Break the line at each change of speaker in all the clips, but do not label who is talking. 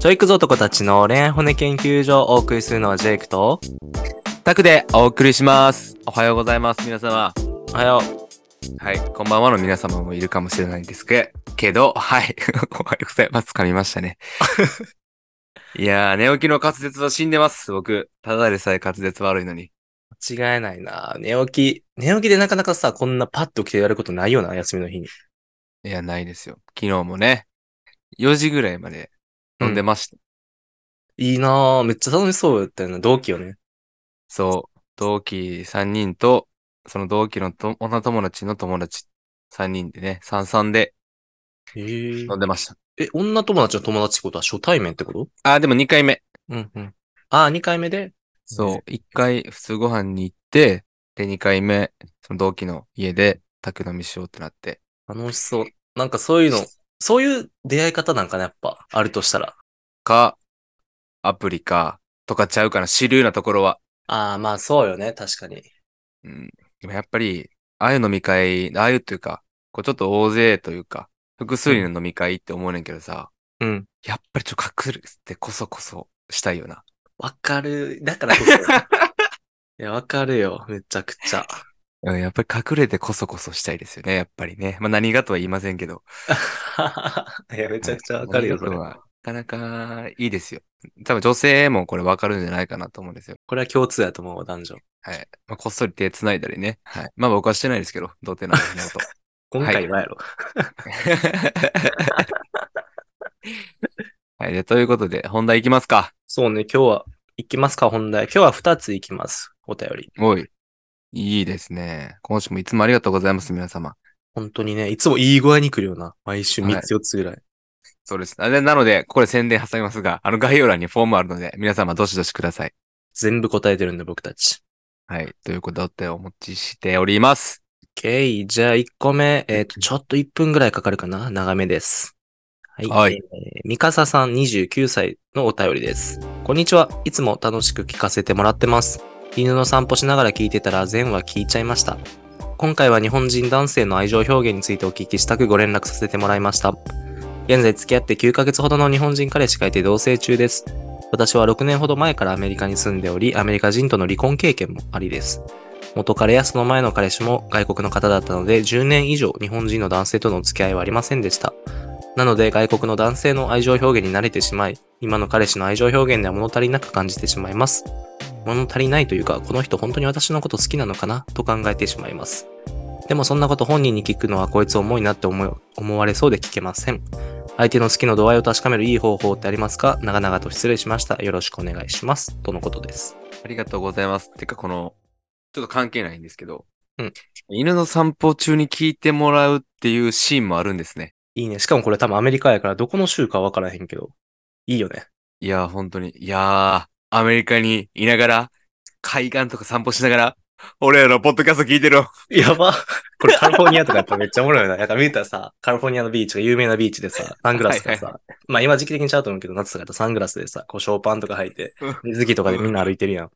ちょいくぞ男たちの恋愛骨研究所をお送りするのはジェイクと、
タクでお送りします。おはようございます、皆様。
おはよう。
はい、こんばんはの皆様もいるかもしれないんですけけど、はい、 おはようございます。噛みましたね。いやー、寝起きの滑舌は死んでます、僕。ただでさえ滑舌悪いのに。
間違えないな。寝起き、寝起きでなかなかさ、こんなパッと起きてやることないよな、休みの日に。
いや、ないですよ。昨日もね、4時ぐらいまで飲んでました。
いいなぁ。めっちゃ楽しそうやったよな。同期よね。
そう、同期3人と、その同期のと女友達の友達3人でね、三々で
へえ
飲んでました。
え、女友達の友達ってことは初対面ってこと
あー、でも2回目。
うんうん。ああ、2回目で。
そう、一回普通ご飯に行って、で、二回目、その同期の家で宅飲みしようってなって。
楽しそう。なんかそういうの、そういう出会い方なんかね、やっぱ、あるとしたら。
か、アプリか、とかちゃうかな、主流なところは。
ああ、まあそうよね、確かに。
うん。でもやっぱり、ああいう飲み会、ああいうというか、こうちょっと大勢というか、複数人の飲み会って思うねんけどさ、
うん。
やっぱりちょっと隠れてこそこそしたいよな。
わかる。だからこ そ。いや、わかるよ。めちゃくちゃ。
うん、やっぱり隠れてこそこそしたいですよね、やっぱりね。まあ何がとは言いませんけど。
いや、めちゃくちゃわかるよ、そ
何
れ
がと。はなかなかいいですよ。多分女性もこれわかるんじゃないかなと思うんですよ。
これは共通やと思うわ、男女。
はい。まあ、こっそり手繋いだりね。はい。まあ僕はしてないですけど、童貞なん で、
今回はやろ。
はい。はい。で、ということで、本題いきますか。
そうね、今日は、行きますか、本題。今日は2つ行きます。お便り。
おい。いいですね。今週もいつもありがとうございます、皆様。
本当にね、いつもいい具合に来るよな。毎週3つ4つぐらい。
そうです。あでなので、これ宣伝挟みますが、あの概要欄にフォームあるので、皆様どしどしください。
全部答えてるんで、僕たち。
はい。ということで、お持ちしております。
OK。じゃあ1個目。えっ、と、ちょっと1分ぐらいかかるかな。長めです。はい。
はい
えーミカサさん29歳のお便りです。こんにちは。いつも楽しく聞かせてもらってます。犬の散歩しながら聞いてたら全話聞いちゃいました。今回は日本人男性の愛情表現についてお聞きしたくご連絡させてもらいました。現在付き合って9ヶ月ほどの日本人彼氏がいて同棲中です。私は6年ほど前からアメリカに住んでおり、アメリカ人との離婚経験もありです。元彼やその前の彼氏も外国の方だったので10年以上日本人の男性とのお付き合いはありませんでしたなので外国の男性の愛情表現に慣れてしまい今の彼氏の愛情表現では物足りなく感じてしまいます物足りないというかこの人本当に私のこと好きなのかなと考えてしまいますでもそんなこと本人に聞くのはこいつ重いなって思い思われそうで聞けません相手の好きの度合いを確かめるいい方法ってありますか長々と失礼しましたよろしくお願いしますとのことです
ありがとうございます。てか、この、ちょっと関係ないんですけど、
うん
犬の散歩中に聞いてもらうっていうシーンもあるんですね。
いいね。しかもこれ多分アメリカやからどこの州かわからへんけど。いいよね。
いやー、本当に。いやー、アメリカにいながら、海岸とか散歩しながら、俺らのポッドキャスト聞い てる。
やば。これカリフォルニアとかやっぱめっちゃおもろいよな。なんか見たらさ、カリフォルニアのビーチが有名なビーチでさ、サングラスとかさ、まあ今時期的にちゃうと思うけど、夏とかやったらサングラスでさ、こうショーパンとか履いて
うん、
水着とかでみんな歩いてるやん。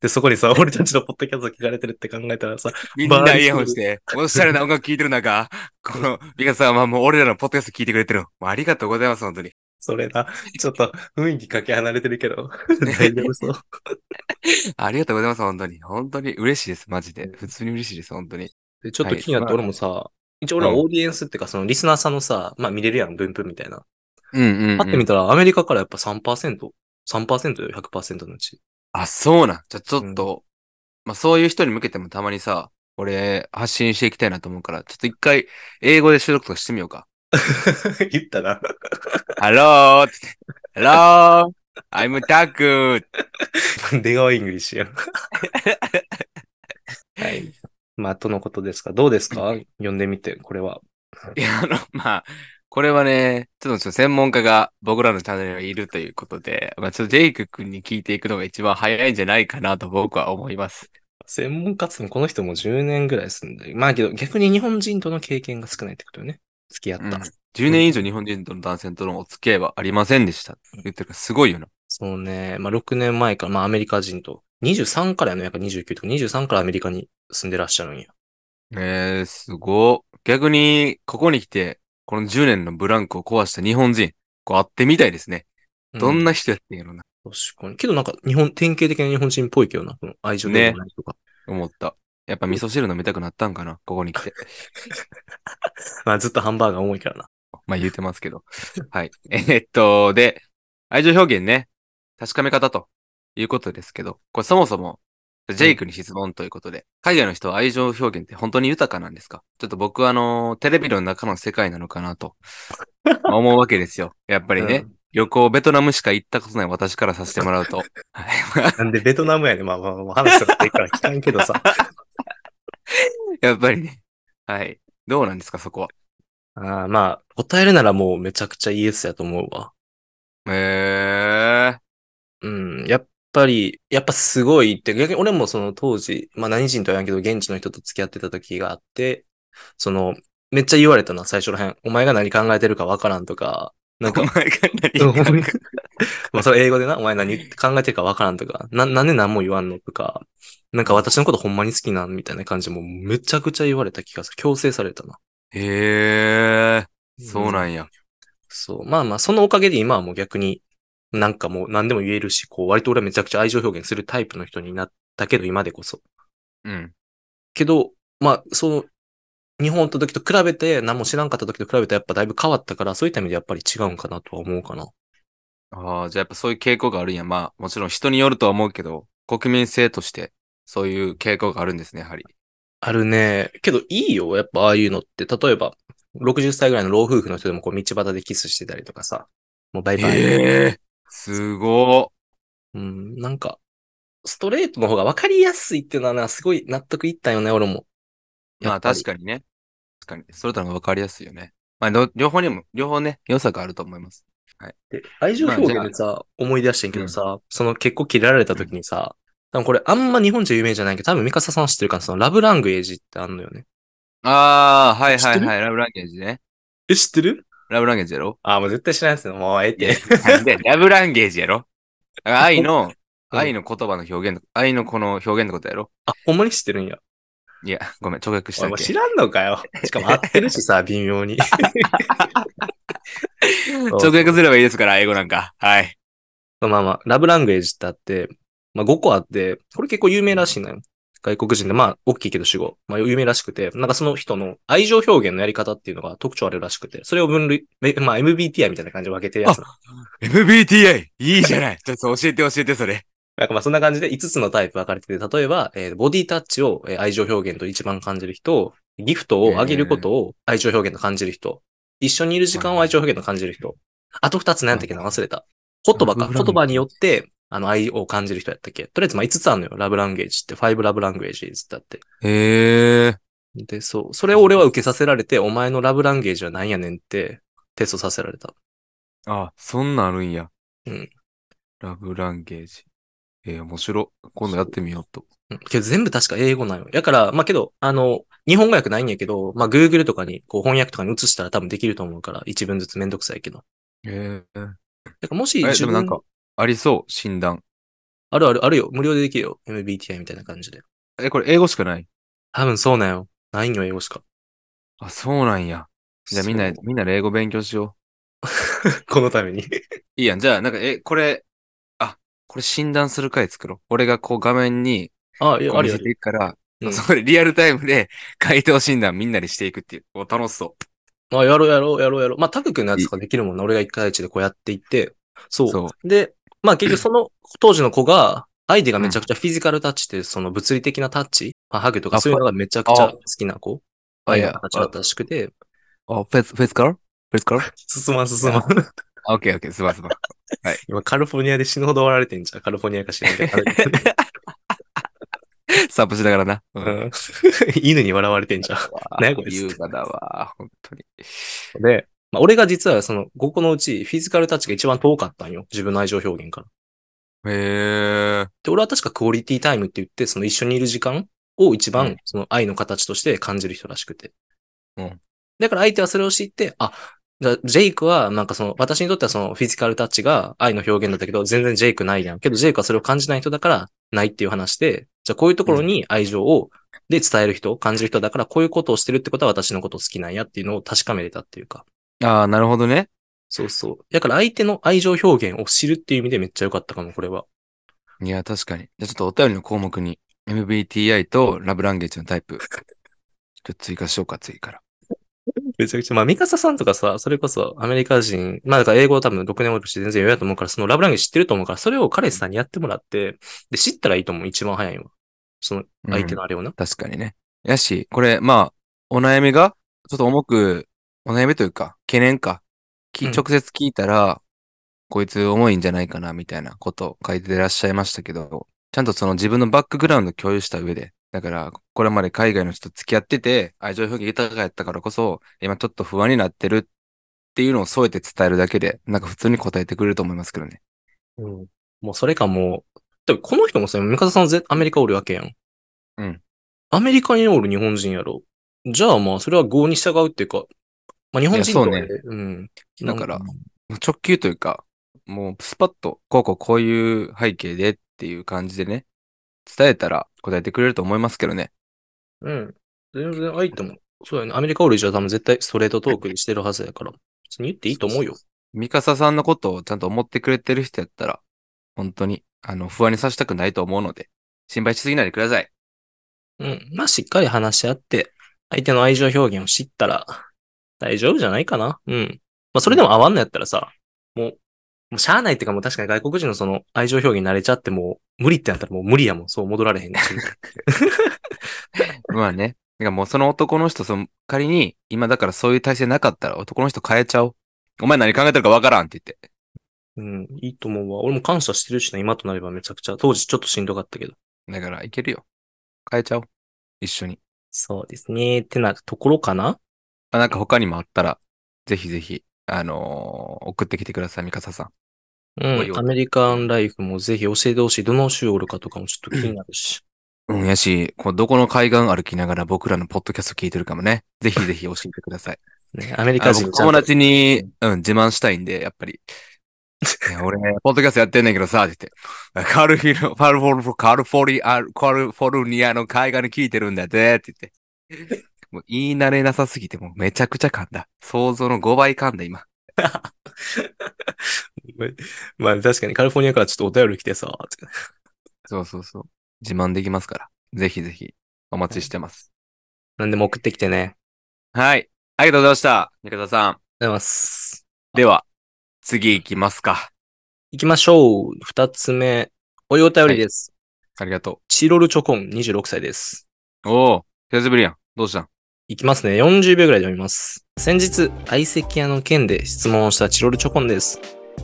で、そこに さ、俺たちのポッドキャスト聞かれてるって考えたらさ、
みんなイヤホンして、おしゃれな音楽聞いてる中、この、ビカさんはもう俺らのポッドキャスト聞いてくれてる。もうありがとうございます、本当に。
それな、ちょっと雰囲気かけ離れてるけ ど、大丈夫そう。
ありがとうございます、本当に。本当に嬉しいです、マジで。普通に嬉しいです、本当に。
で、ちょっと気になって、俺もさ、一応俺はオーディエンスっていうか、そのリスナーさんのさ、まあ見れるやん、分布みたいな。
うんうん、うん。
会ってみたら、アメリカからやっぱ 3%?3% よ、100%のうち。
あ、そうなん。じゃあちょっと、まあそういう人に向けてもたまにさ、俺発信していきたいなと思うから、ちょっと一回英語で収録とかしてみようか。
言ったな。
Hello! って言って Hello! I'm Duck!
出川イングリッシュやん。はい。まあ、とのことですか。どうですか読んでみて、これは。
いや、あの、まあ、これはね、ちょっとちょっと専門家が僕らのチャンネルにいるということで、まあちょっとジェイク君に聞いていくのが一番早いんじゃないかなと僕は思います。
専門家っつってもこの人も10年ぐらい住んでる。まあけど、逆に日本人との経験が少ないってことよね。付き合った。
うん10年以上日本人との男性とのお付き合いはありませんでした。言ってるからすごいよな。
そうね。まあ、6年前から、まあ、アメリカ人と。23からやの、やっぱ29とか23からアメリカに住んでらっしゃるんや。
えー、すごっ。逆に、ここに来て、この10年のブランクを壊した日本人。構会ってみたいですね。どん
な、
な人やってんやろな、
確かに。けどなんか日本、典型的な日本人っぽいけどな、この愛情でもないとか。
思った。やっぱ味噌汁飲みたくなったんかなここに来て。
まあずっとハンバーガー多いからな。
まあ言うてますけど。はい。えーっと、で、愛情表現ね、確かめ方ということですけど、これそもそも、ジェイクに質問ということで、海外の人は愛情表現って本当に豊かなんですかちょっと僕はあの、テレビの中の世界なのかなと、まあ思うわけですよ。やっぱりね、
うん
旅行ベトナムしか行ったことない私からさせてもらうと。はい
なんでベトナムやねんまあまあ、まあ話したっていいから聞かんけどさ。
やっぱりね。はい。どうなんですか、そこは。
ああまあ、答えるならもうめちゃくちゃイエスやと思うわ。
えー。
うん、やっぱり、やっぱすごいって、逆に俺もその当時、まあ何人とは言わんけど、現地の人と付き合ってた時があって、その、めっちゃ言われたな、最初らへん。お前が何考えてるかわからんとか、なん
お
か、
前
う
が
ん
何言ったのか
まあそれ英語でな、お前何考えてるかわからんとか、な、なんで何も言わんのとか、なんか私のことほんまに好きなんみたいな感じでもうめちゃくちゃ言われた気がする。強制されたな。
へえー。そうなんんや。
そう。まあまあ、そのおかげで今はもう逆に、なんかもう何でも言えるし、こう、割と俺はめちゃくちゃ愛情表現するタイプの人になったけど、今でこそ。
うん。
けど、まあ、その、日本と時と比べて、何も知らんかった時と比べてやっぱだいぶ変わったから、そういった意味でやっぱり違うんかなとは思うかな。
ああ、じゃあやっぱそういう傾向があるんや。まあ、もちろん人によるとは思うけど、国民性として、そういう傾向があるんですね、やはり。
あるね。けどいいよ、やっぱああいうのって。例えば、60歳ぐらいの老夫婦の人でもこう道端でキスしてたりとかさ、もうバイバイ。
ええすご
うん、なんか、ストレートの方が分かりやすいっていうのはな、すごい納得いったよね、俺も。
い。まあ
やっぱり
確かにね。確かに。それとの方が分かりやすいよね。まあ、ど両方にも、両方ね、良さがあると思います。
で、愛情表現でさ、思い出してんけどさ、その結構切られた時にさ、多分これあんま日本じゃ有名じゃないけど、多分ミカサさん知ってるから、そのラブラングエージってあんのよね。
ああ、はいは
知っ
い
て
はい。ラブランゲージね。
え、知ってる
ラブランゲージやろ
あ、もう絶対知らないやつもうええ って。
なんでラブランゲージやろ だから愛
う
の、
ん
愛の言葉の表現、愛のこの表現のことやろ
あ、ほんまに知ってるんや。
いや、ごめん、直訳し
お
た
いも
っ
う
け
知らんのかよ。しかも合ってるしさ、微妙 に。
直訳すればいいですから、英語なんか。はい。
まあまあ、ラブラングエージってあって、まあ5個あって、これ結構有名らしいのよ。外国人で、まあ、大きいけど主語。まあ、有名らしくて、なんかその人の愛情表現のやり方っていうのが特徴あるらしくて、それを分類、めまあ、MBTI みたいな感じで分けてるやつなの。
MBTI! いいじ ゃないちょっと教えて教えて、それ。
なんかまあ、そんな感じで5つのタイプ分かれてて、例えば、えーボディタッチをえー愛情表現と一番感じる人、ギフトをあげることを愛情表現と感じる人、一緒にいる時間を愛情表現と感じる人、あと2つ何やったっけな忘れた。言葉か。言
ラブランゲージ
葉によって、あの、愛を感じる人やったっけとりあえず、まあ、5つあるのよ。ラブランゲージって、5ラブランゲージってあって。
へえ。
で、そう。それを俺は受けさせられて、お前のラブランゲージは何やねんって、テストさせられた。
あ、そんなんあるんや。
うん。
ラブランゲージ。えー、面白。今度やってみようと。
うんけど全部確か英語なんよ。だから、まあけど、あの、日本語訳ないんやけど、まあ Google とかに、こう翻訳とかに移したら多分できると思うから、一文ずつめんどくさいけど。
へえ。
だからもし
え、
自
でも
分、
なんか、ありそう、診断。
あるあるあるよ。無料でできるよ。MBTI みたいな感じで。
え、これ英語しかない
多分そうなんよ。ないんよ、英語しか。
あ、そうなんや。じゃあみんな、
そう
みんなで英語勉強しよ
このた めに。
う。いいやん。じゃあ、なんか、え、これ、あ、これ診断する回作ろう。俺がこう画面に、
あ、いや、
こう
ある
見
よ
せ。ていくから、
うん
それリアルタイムで 回答診断みんなでしていくっていう。お、楽しそう。
あ、やろうやろうやろうやろう。まあ、タク君のやつとかできるもんな。俺が一回一でこうやっていって。そう。
そう
で、まあ結局その当時の子が、相手がめちゃくちゃフィジカルタッチっていう、その物理的なタッチ、まあハグとか
あ
そういうのがめちゃくちゃ
あ
好きな子。
あ
愛の
いや
形だったらしくて。
あ、フェス、フェスカルフェスカル
進まん進まん。
あ、オッケーオッケー、すばすば。
今カルフォルニアで死ぬほど笑われてんじゃん。カルフォルニアか死ぬけど。
サップしながらな。う
う。ん犬に笑われてんじゃん。ねこいつ
優雅だわ、本当に。
で、まあ俺が実はその5個のうちフィジカルタッチが一番遠かったんよ。自分の愛情表現から。
へえ。
で、俺は確かクオリティタイムって言って、その一緒にいる時間を一
う
番
ん
その愛の形として感じる人らしくて。
うん。
だから相手はそれを知って、あ、じゃあジェイクはなんかその、私にとってはそのフィジカルタッチが愛の表現だったけど、全然ジェイクないやん。けどジェイクはそれを感じない人だからないっていう話で、じゃあこういうところに愛情を、で伝える人、感じる人だからこういうことをしてるってことは私のこと好きなんやっていうのを確かめれたっていうか。
ああ、なるほどね。
そうそう。だから相手の愛情表現を知るっていう意味でめっちゃ良かったかも、これは。
いや、確かに。じゃあちょっとお便りの項目に MBTI とラブランゲージのタ イプ。ちょっと追加しようか、次から。
めちゃくちゃ。まあ、ミカサさんとかさ、それこそアメリカ人、まあ、だから英語多分6年もいるし全然余裕だと思うから、そのラブランゲージ知ってると思うから、それを彼氏さんにやってもらって、で、知ったらいいと思う、一番早いのは。その相手のあれをな。
確かにね。やし、これ、まあ、お悩みが、ちょっと重く、お悩みというか、懸念か。き
うん
直接聞いたら、こいつ重いんじゃないかな、みたいなことを書いてらっしゃいましたけど、ちゃんとその自分のバックグラウンドを共有した上で、だから、これまで海外の人と付き合ってて、愛情表現豊かやったからこそ、今ちょっと不安になってるっていうのを添えて伝えるだけで、なんか普通に答えてくれると思いますけどね。
うん。もうそれかもう、でもこの人もさ、ミカサさんぜアメリカおるわけやん。
うん。
アメリカにおる日本人やろ。じゃあまあ、それは合に従うっていうか、まあ日本人とはいね
やそう
うん。
だから
なん、
直球というか、もうスパッと、こうこうこういう背景でっていう感じでね、伝えたら答えてくれると思いますけどね。
うん。全然相手も。そうやね。アメリカおる以上は多分絶対ストレートトークにしてるはずやから。別に言っていいと思うよ。
ミカサさんのことをちゃんと思ってくれてる人やったら、本当に、あの、不安にさせたくないと思うので、心配しすぎないでください。
うん。まあ、しっかり話し合って、相手の愛情表現を知ったら、大丈夫じゃないかな。うん。まあ、それでも合わんのやったらさ、もう、もうしゃあないっていうかもう確かに外国人のその愛情表現に慣れちゃってもう無理ってなったらもう無理やもん。そう戻られへんし。
まあね。だからもうその男の人、その、仮に、今だからそういう体制なかったら男の人変えちゃおう。お前何考えてるかわからんって言って。
うん。いいと思うわ。俺も感謝してるしな、今となればめちゃくちゃ。当時ちょっとしんどかったけど。
だから、いけるよ。変えちゃおう。一緒に。
そうですね。ってなところかな
あ、なんか他にもあったら、ぜひぜひ、あのー送ってきてください、ミカサさん。
う
おいお
ん。
い
アメリカンライフもぜひ教えてほしい。どの州おるかとかもちょっと気になるし。
うん、やし、こうどこの海岸歩きながら僕らのポッドキャスト聞いてるかもね。ぜひぜ ひ教えてください。
ね、アメリ
あ
カ
僕
人
友達に、うん、自慢したいんで、やっぱり。いや俺ね、ポッドキャストやってんねんけどさ、って言って。カルフィル、カルフォル、カルフォリア、カルフォルニアの海岸に聞いてるんだぜ、って言って。もう言い慣れなさすぎて、もうめちゃくちゃ噛んだ。想像の5倍噛んだ、今。
まあ確かにカリフォルニアからちょっとお便り来てさ、とか
そうそうそう。自慢できますから。ぜひぜひ、お待ちしてます。
なんでも送ってきてね。
はい。ありがとうございました。三方さん。
ありがとうございます。
では、次行きますか。
行きましょう。二つ目。おいお便りです。
ありがと
チロルチョコン26歳です。
う。おお、久しぶりやん。どうしたん
いきますね。40秒ぐらいで読みます。先日、相席屋の件で質問をしたチロルチョコンです。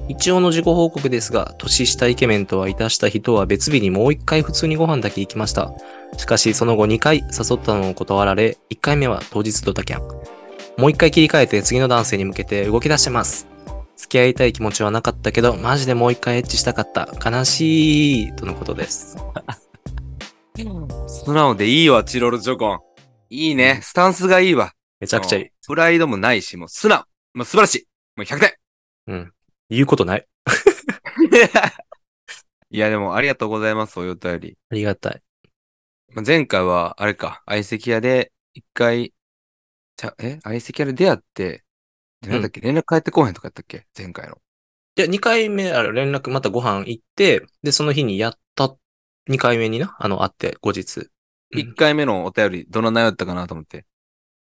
一応の自己報告ですが、年下イケメンとはいたした人は別日にもう一回普通にご飯だけ行きました。しかし、その後2回誘ったのを断られ、1回目は当日ドタキャン。もう一回切り替えて次の男性に向けて動き出してます。付き合いたい気持ちはなかったけど、マジでもう一回エッチしたかった。悲しい。とのことです。
素直でいいわ、チロルチョコン。いいね。スタンスがいいわ。
めちゃくちゃいい。
プライドもないし、もう素直。もう素晴らしい。もう100点。
言うことない。
いや、でもありがとうございます、お便り。
ありがたい。
まあ前回は、あれか、相席屋で、一回、ちゃ、え相席屋で出会って、でなんだっけ、連絡返ってこうへんとかやったっけ前回の。
で、2回目、あれ連絡、またご飯行って、で、その日にやった、2回目にな、あの、会って、後日。うん
一回目のお便り、どんな内容だったかなと思って。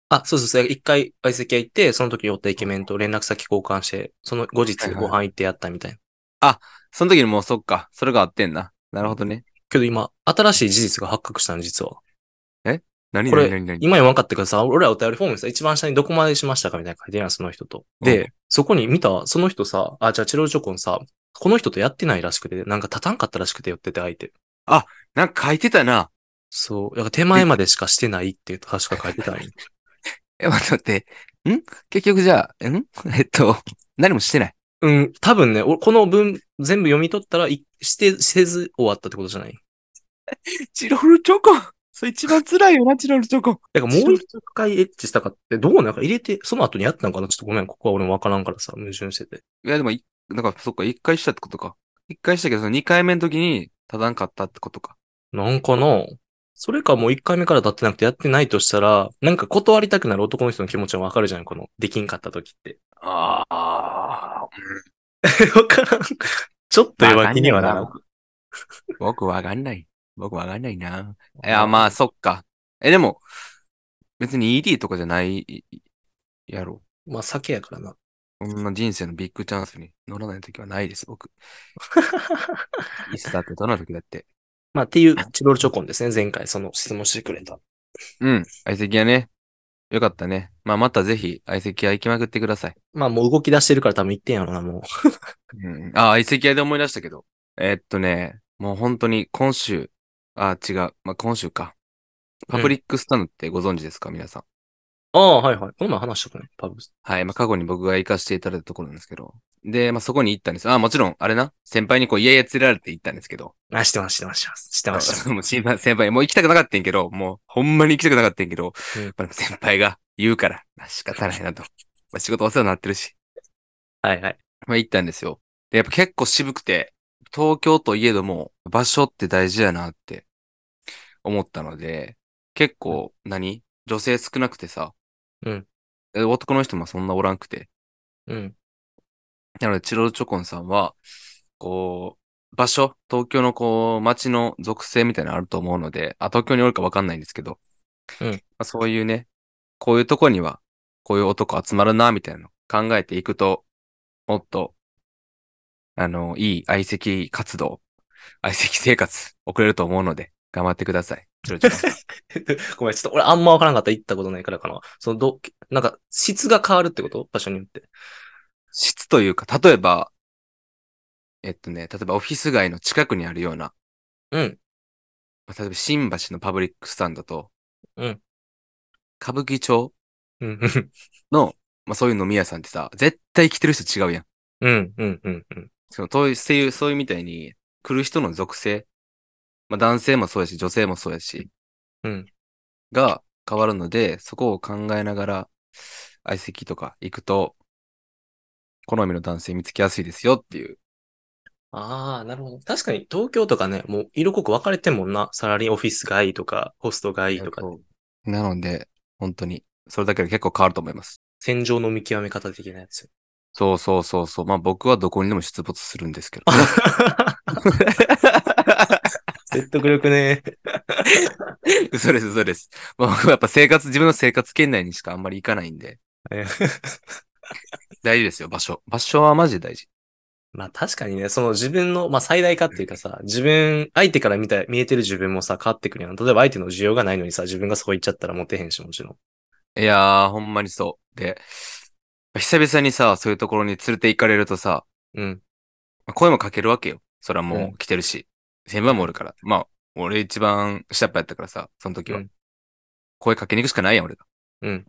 あ、そうそうそう、1回相席屋行って、その時寄ったイケメンと連絡先交換して、その後日
はいはい
ご飯行ってやったみたいな。
その時にもう、そっか、それがあってんな。なるほどね。
けど今、新しい事実が発覚したの、実は。
何
これ
何何何
今読まんかったけどさ、俺らお便りフォームにさ、一番下にどこまでしましたかみたいな書いてるやん、その人と。
うん
で、そこに見た、その人さ、あ、じゃあチロルチョコンさ、この人とやってないらしくて、なんか立たんかったらしくて寄ってて相手。
なんか書いてたな。
そう。だから手前までしかしてないって確か書いてたんよ
え、待って待って。ん結局じゃあ、ん えっと、何もしてない。
うん、多分ね、おこの文全部読み取ったらい、して、せず終わったってことじゃない
チロルチョコそれ一番辛いよな、チロルチョコ
だからもう一回エッチしたかって、どうなんか入れて、その後にやったんかなちょっとごめん、ここは俺もわからんからさ、矛盾してて。
いや、でもい、なんか、そっか、一回したってことか。一回したけど、その二回目の時に、ただんかったってことか。
なんかなそれかもう一回目から立ってなくてやってないとしたら、なんか断りたくなる男の人の気持ちはわかるじゃん、この、できんかった時って。
ああ。
わからん。ちょっと弱気にはならん。
僕。僕わかんない。僕わかんないな。いや、まあ、そっか。え、でも、別に ED とかじゃない、やろ。
まあ、酒やからな。
こんな人生のビッグチャンスに乗らないときはないです、 僕。いつだってどんなときだって。
まあ、っていうチロルチョコンですね。前回その質問してくれた。
うん、相席屋ね。よかったね。まあ、またぜひ、相席屋行きまくってください。
まあ、もう動き出してるから多分言ってんやろな、もう。
うん、あ、相席屋で思い出したけど。えっとね、もう本当に今週、あ、違う。まあ、今週か。パブリックスタンドってご存知ですか、皆さん。
ああ、はいはい。この前話したくないパブス。
はい。まあ、過去に僕が行かせていただいたところなんですけど。で、まあ、そこに行ったんです。あ、もちろん、あれな。先輩にこう、いやいや連れられて行ったんですけど。
あ、知ってます、知ってます、知ってます。知っ てます知って
もう先輩、先輩、もう行きたくなかったんやけど、もうほんまに行きたくなかったんやけど、
うん
やっぱり先輩が言うから、まあ仕方ないなと。まあ仕事お世話になってるし。
ます。はいはい。
まあ行ったんですよ。で、やっぱ結構渋くて、東京といえども、場所って大事やなって思ったので、結構何、女性少なくてさ、
うん
で。男の人もそんなおらんくて。
うん。
なので、チロルチョコンさんは、こう、場所、東京のこう、街の属性みたいなのあると思うので、あ、東京におるかわかんないんですけど、
うん
まあ、そういうね、こういうとこには、こういう男集まるな、みたいなの考えていくと、もっと、あの、いい相席活動、相席生活、送れると思うので、頑張ってください。チロルチョコンさん
ごめん、ちょっと俺あんまわからんかった。行ったことないからかな。その、ど、なんか、質が変わるってこと場所によって。
質というか、例えば、えっとね、例えばオフィス街の近くにあるような、
うん。
まあ例えば新橋のパブリックスタンドと、
うん
歌舞伎町
うん、
の、まあ、そういう飲み屋さんってさ、絶対来てる人違うやん。
うん、うん、うん、うん。
その、そういう、そういう、そういうみたいに、来る人の属性、まあ、男性もそうやし、女性もそうやし、
うん。
が変わるので、そこを考えながら、相席とか行くと、好みの男性見つけやすいですよっていう。
ああ、なるほど。確かに東京とかね、もう色濃く分かれてんもんな。サラリーオフィスがいいとか、ホストがいいとか、
そうなので、本当に、それだけで結構変わると思います。
戦場の見極め方的なやつ。
そうそうそうそう。まあ僕はどこにでも出没するんですけど。
説得力 ね。
嘘です、嘘です。まあ、僕はやっぱ生活、自分の生活圏内にしかあんまり行かないんで、大事ですよ、場所。場所はマジで大事。
まあ確かにね、その自分の、まあ最大化っていうかさ、自分、相手から見た、見えてる自分もさ、変わってくるやん。例えば相手の需要がないのにさ、自分がそこ行っちゃったらモテへんし、もちろん。
いやー、ほんまにそう。で、久々にさ、そういうところに連れて行かれるとさ、
うん。
まあ声もかけるわけよ。それは
う
も
ん
う来てるし。先輩もおるから。まあ、俺一番下っ端やったからさ、その時は。
うん
声かけに行くしかないやん、俺が。
うん。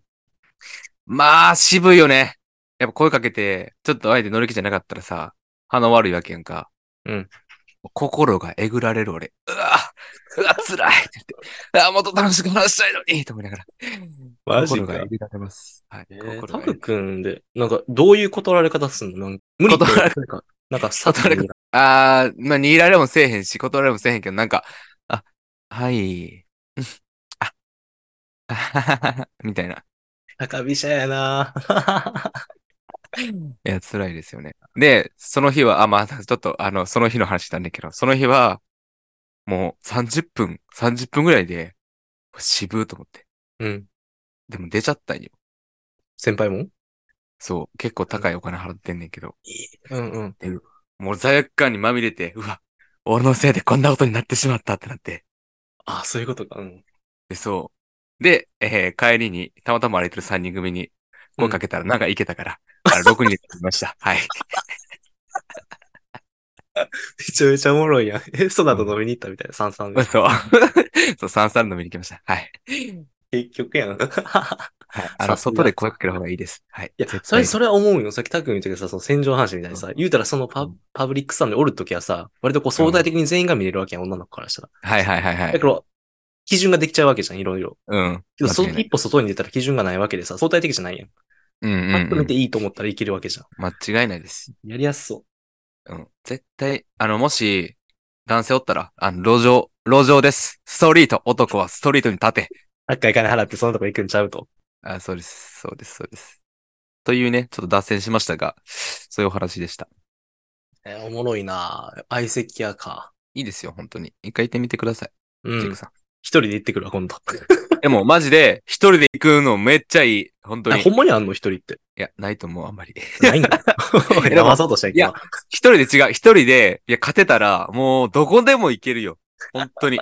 まあ、渋いよね。やっぱ声かけて、ちょっとあえて乗り気じゃなかったらさ、鼻悪いわけやんか。
うん。
心がえぐられる俺。うわうわ、辛いって言って。あもっと楽しく話したいのにと思いながら。
マジ
心が
か
え。ぐられます。はい。
え
心
ー、
が
タ
えぐら
ク
れる
君で、なんか、どういう断られ方すんのなんか無理って
断られ
なんか、なんか、さ
断られ
に
あー、まあ、逃げられもせえへんし、断られもせえへんけど、なんか、あ、はい、 うんあ、あ はははみたいな。
高飛車やな
いや、辛いですよね。で、その日は、あ、まあ、ちょっと、あの、その日の話なんだけど、その日は、もう30分、30分ぐらいで、渋ーと思って。
うん。
でも出ちゃったんよ。
先輩も
そう、結構高いお金払ってんねんけど、
うんうん。
もう罪悪感にまみれて、うわ、俺のせいでこんなことになってしまったってなって。
あ、そういうことか。うん。
で、そう。で、えー帰りに、たまたま歩いてる3人組に声かけたら、なんかいけたから、あの6人になり ました。はい。
めちゃめちゃおもろいやん。え、ソダと飲みに行ったみたいな、三々で。
そう。 そう、三々飲みに来ました。はい。
結局やん。い
はい、
さす
あの、
が
外で声かける方がいいです。はい。
や、
絶
それ、
対
それは思うよ。さっきタク君言ったけどさ、その戦場の話みたいにさ、言うたらそのパ
うん
パブリックスタンドにおるときはさ、割とこう相対的に全員が見れるわけやん、女の子からしたら。
はいはいはいは
だ
い。
から、基準ができちゃうわけじゃん、いろいろ。
うん。
けど、そ
間
の
違いない
一歩外に出たら基準がないわけでさ、相対的じゃないやん。
うんうん
パッと
う
見
ん
て。いいと思ったらいけるわけじゃ
間違いないです。
ん。やりやすそ
うん。絶対、あの、もし、男性おったら、あの、路上、路上です。ストリート、男はストリートに立て。
う。高い金払ってそのとこ行くんちゃうと。
あ、そうです。そうです。そうです。というね、ちょっと脱線しましたが、そういうお話でした。
えーおもろいな相席屋か。
いいですよ、本当に。一回行ってみてください。
う
ジェイ
ん
ク。さん。
一人で行ってくるわ、今度。
でも、マジで、一人で行くのめっちゃいい。本当
あ
に。
ほ
い
んまにあんの一人って。
や、ないと思う、あんまり。
ないん だ。
いや
騙そうとしたけど。
一人で違う。一人で、いや、勝てたら、もう、どこでも行けるよ。本当に。い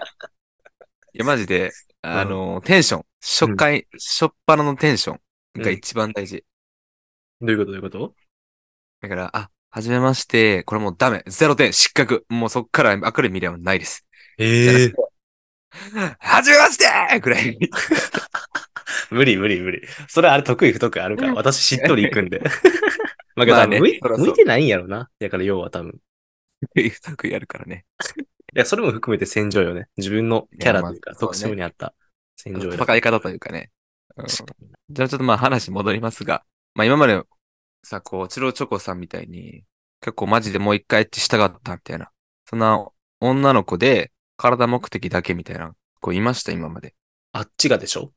や、マジで、あの、テンション。初回、初っ端のテンションが一番大事。
どういうことどういうこと
だから、あ、はじめまして、これもうダメ。ゼロ点、失格。もうそっから明るい未来はないです。
ええ。
はじめましてぐらい。
無理無理無理。それあれ得意不得意あるから、私しっとり行く んで。まあけど
まあ
多
ね
分向い
そらそう
向いてないんやろな。だから要は多分。
不得意やるからね。
いや、それも含めて戦場よね。自分のキャラという
い
か、
やまあそうね
特徴に合った戦場よ。
戦い方というかね。うん
確かに
じゃあちょっとまあ話戻りますが、まあ今までさ、こう、チロチョコさんみたいに、結構マジでもう一回ってしたかったみたいな、そんな女の子で体目的だけみたいな、こういました、今まで。
あっちがでしょ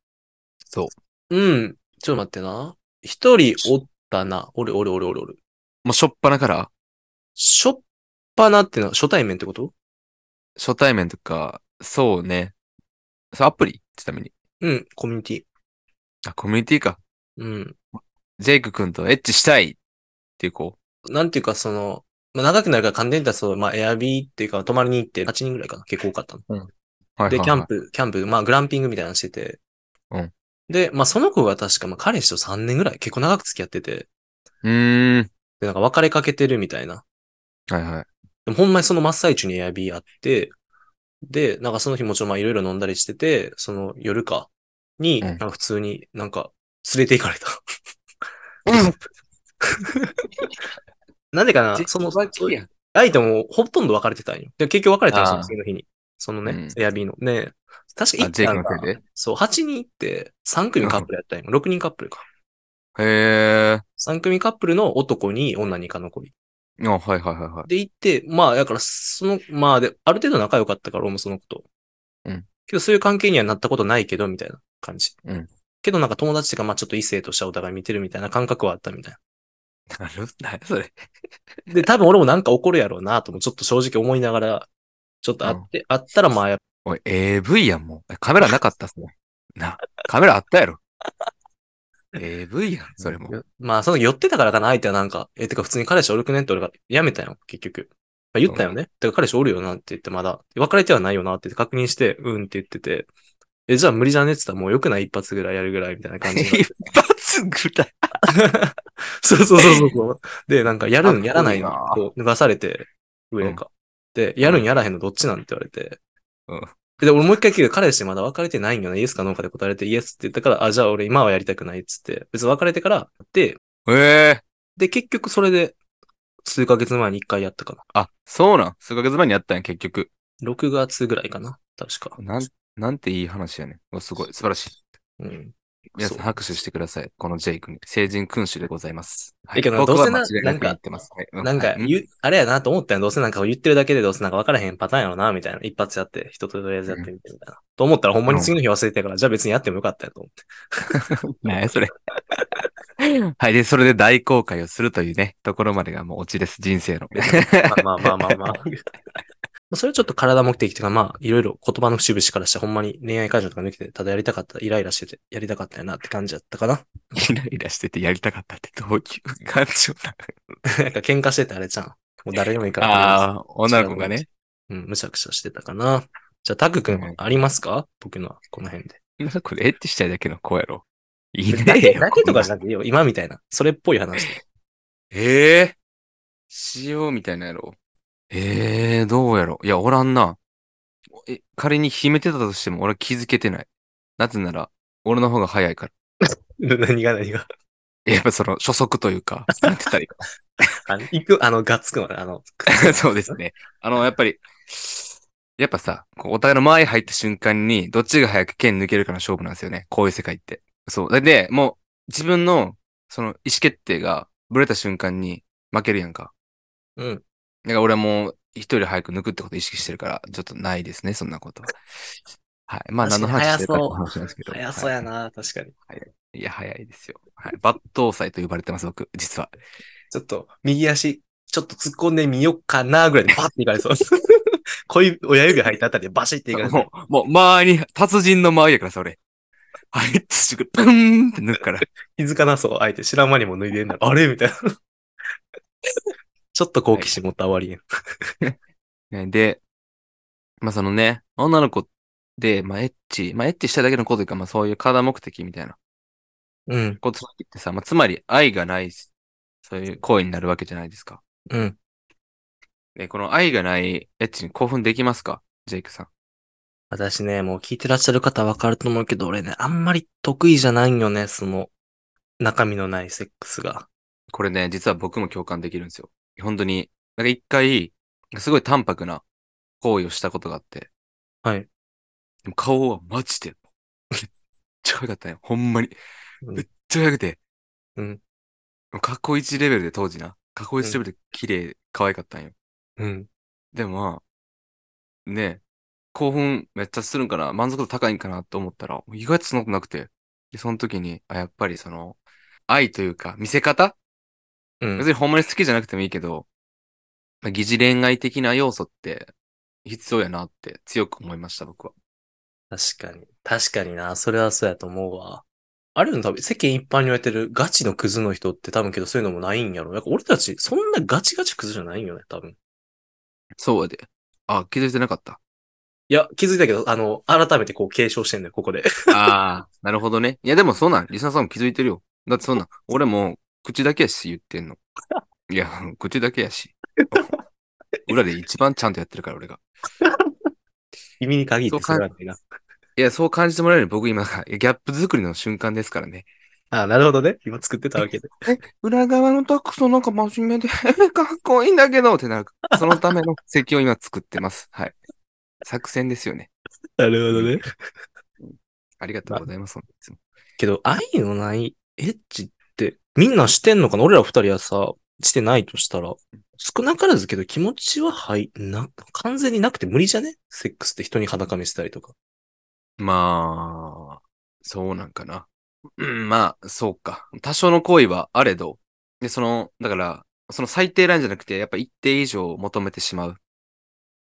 そう。
うん。ちょっと待ってな。一人おったな。おるおるおるおるおる。
もう初っ端から、
しょっぱなってのは初対面ってこと
初対面とか、そうね。そう、アプリちなみに。
うん。コミュニティ。
あ、コミュニティか。
うん。
ジェイク君とエッチしたいっていう子。
なんていうか、その、まあ、長くなるから完全に言ったらそう、まあ、エアビーっていうか、泊まりに行って8人ぐらいかな。結構多かったの。
はいはいはい
で、キャンプ、キャンプ、まあ、グランピングみたいなのしてて。
うんで
で、まあ、その子が確か、まあ、彼氏と3年ぐらい、結構長く付き合ってて、
うーん。
で、なんか別れかけてるみたいな。
はいはい。
でもほんまにその真っ最中にエアビーあって、で、なんかその日もちろんまあいろいろ飲んだりしてて、その夜か、に、
うん
なんか普通になんか連れて行かれた。 なんでかなその、
キや
相手もほとんど別れてたんよ。で、結局別れたんです
あ
よ、
ー
次の日に。そのね、
うん
エアビーの。ね、確か
あジェイク
1
のせいで
そう、8人行って、3組カップルやったんよ。6人カップルか。
へ
3組カップルの男に女にか残り。
え。あ、はいはいはいはい。
で行って、まあ、だから、その、まあで、ある程度仲良かったから、俺もそのこと。
うん。
けど、そういう関係にはなったことないけど、みたいな感じ。
うん。
けど、なんか友達とか、まあ、ちょっと異性としてはお互い見てるみたいな感覚はあったみたい
なるなそれ。
な。で、多分俺もなんか怒るやろうな、とも、ちょっと正直思いながら、ちょっとあって、あったら、まあ、やっ
おい、AV やん、もう。カメラなかったっすね。 な、カメラあったやろ。AV やん、それも。
まあ、その、寄ってたからかな、相手はなんか、え、てか、普通に彼氏おるくねって俺が、やめたよ、結局。まあ、言ったよね。てか、彼氏おるよなって言って、まだ、別れてはないよなって確認して、うんって言ってて、え、じゃあ無理じゃねって言ったら、もう良くない一発ぐらいやるぐらい、 みたいな感じになって
一発ぐらい。
そうそうそうそうそう。で、なんか、やるん、やらないの
かっこい
こう脱がされて、上か。で、やるん、やらへんの、どっちなんて言われて。
うん
で、俺もう一回聞いて、彼氏まだ別れてないんよね、イエスかノーかで答えられて、イエスって言ったから、あ、じゃあ俺今はやりたくないっつって、別に別れてから、で、
ええ
で、結局それで、数ヶ月前に一回やったか
あ、そうなん。数ヶ月前にやったんや、結局。
な。6月ぐらいかな、確か。
なん、なんていい話やねん。うわすごい、素晴らしい。
うん。
皆さん
そう
拍手してください。このジェイクに。成人君主でございます。は
えけどな
僕
どう
は
せな
間違いなく言ってます。はいう
なんか、
はい
言うあれやなと思ったよ。どうせなんか言ってるだけでどうせなんか分からへんパターンやろな、みたいな。一発やって、人ととりあえずやってみて、みたいな。と思ったらほんまに次の日忘れてたから、じゃあ別にやってもよかったやと思って。
ねそれ。 はい。で、それで大公開をするというね、ところまでがもうオチです、人生の。
まあまあまあまあまあ。それはちょっと体目的というか、まあ、いろいろ言葉の節々からして、ほんまに恋愛感情とか抜けて、ただやりたかった、イライラしてて、やりたかったよなって感じだったかな。
イライラしててやりたかったってどういう感情な
なんか喧嘩しててあれじゃん。もう誰でもいいか
の
ら。
ああ、女の子がね。
うん、むしゃくしゃしてたかな。じゃあ、タク君はありますか僕のはこの辺で。
女の子でエッチしたいだけの子や ろ。いね
だ
え
け
よ。
だけとかじ
ゃ
ゃなくていいよ。今みたいな。それっぽい話。
ええしようみたいなやろ。ええどうやろ。いや、おらんな。え、仮に秘めてたとしても俺は気づけてない。なぜなら、俺の方が早いから。
何が何が。
やっぱその、初速という か、なんて言ったらいいか
あの、行く、あの、がっつくまで、あの、
そうですね。あの、やっぱり、やっぱさ、こうお互いの間合い入った瞬間に、どっちが早く剣抜けるかの勝負なんですよね。こういう世界って。そう。でで、もう、自分の、その、意思決定が、ブレた瞬間に、負けるやんか。
うん。
だから俺はもう、一人より早く抜くってことを意識してるから、ちょっとないですね、そんなことは。はい。まあ、何の話してるかって話なんですけど。
早そうや
は
な、確かに。
い。いや、早いですよ。はい。抜刀斎と呼ばれてます、僕、実は。
ちょっと、右足、ちょっと突っ込んでみよっかな、ぐ らいでバッていかれそう。 恋、親指入ったあたりでバシッていかれそう。
もう、もう、間に、達人の間合いやからさ、俺。入ってすぐ、プンって抜くから。
気づかなそう、相手。知らん間にも脱いでんな。あれみたいな。 ちょっと好奇心持ったら終わりやん。
ね で、まあそのね、女の子で、まあエッチ、まあエッチしただけのことというか、まあそういう体目的みたいな
うん、
ことってさ、まあつまり愛がない、そういう行為になるわけじゃないですか。
うん。
で、この愛がないエッチに興奮できますかジェイクさん。
私ね、もう聞いてらっしゃる方わかると思うけど、俺ね、あんまり得意じゃないんよね、その、中身のないセックスが。
これね、実は僕も共感できるんですよ。本当に、なんか一回、すごい淡白な行為をしたことがあって。
はい。
でも顔はマジで、めっちゃ良かったよ。ほんまに。
うん
めっちゃ良くて。
うん。
過去一レベルで当時な。過去一レベルで綺麗、可愛かったんよ。
うん。
でもまあ、ね、興奮めっちゃするんかな、満足度高いんかなと思ったら、意外とそんなことなくて。で、その時に、あ、やっぱりその、愛というか、見せ方
うん
別。にほんまに好きじゃなくてもいいけど、まあ疑似恋愛的な要素って必要やなって強く思いました、僕は。
確かに。確かにな。それはそうやと思うわ。あるの多分、世間一般に言われてるガチのクズの人って多分けどそういうのもないんやろ。なんか俺たち、そんなガチガチクズじゃないんよね、多分。
そうやで。あ、気づいてなかった。
いや、気づいたけど、あの、改めてこう継承してんだよ、ここで。
ああ、なるほどね。いや、でもそうなん、リスナーさんも気づいてるよ。だってそんなん、俺も口だけやし言ってんの。いや、口だけやし。裏で一番ちゃんとやってるから、俺が。
君に限ってそれはないな。
いや、そう感じてもらえるように僕今、ギャップ作りの瞬間ですからね。
あなるほどね。今作ってたわけで。
裏側のタックスなんか真面目で、 かっこいいんだけどってなる。そのための席を今作ってます。はい。作戦ですよね。
なるほどね。
ありがとうございます。いつも
けど、愛のないエッチって、みんなしてんのかな俺ら二人はさ、してないとしたら、少なからずけど気持ちははい、な、完全になくて無理じゃねセックスって人に裸見せたりとか。
まあ、そうなんかな。うん、まあ、そうか。多少の行為はあれど。で、その、だから、その最低ラインじゃなくて、やっぱ一定以上を求めてしまう。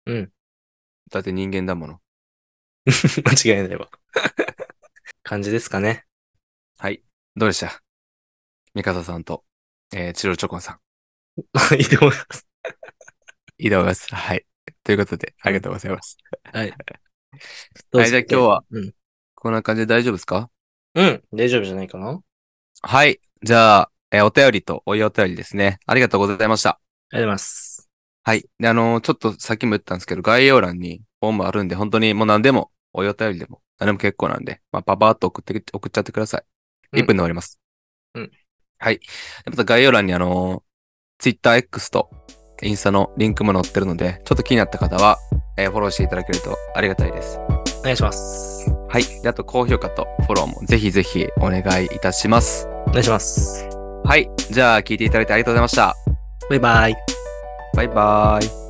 うん。
だって人間だもの。
間違いないわ。 感じですかね。
どうでした三笠さんと、えー、チロルチョコンさん。
いいと思います。
いいと思います。はい。ということで、ありがとうございます。
どう
はい、じゃあ今日は
うん。
こんな感じで大丈夫ですか
うん。大丈夫じゃないかなあ
はい。じゃあ、えーお便りとおいお便りですね。ありがとうございました。
りがとうございます。
はい。で、あのーちょっとさっきも言ったんですけど、概要欄にフォームあるんで、本当にもう何でも、おいお便りでも、何でも結構なんで、まあ、パパーっと送って、送っちゃってください。
うん
1分で終わります。
うん
はい。また概要欄にあのー、TwitterX とインスタのリンクも載ってるので、ちょっと気になった方は、えーフォローしていただけるとありがたいです。
お願いします。
はい。であと、高評価とフォローもぜひぜひお願いいたします。
お願いします。
はい。じゃあ、聞いていただいてありがとうございました。
バイバイ。
バイバーイ。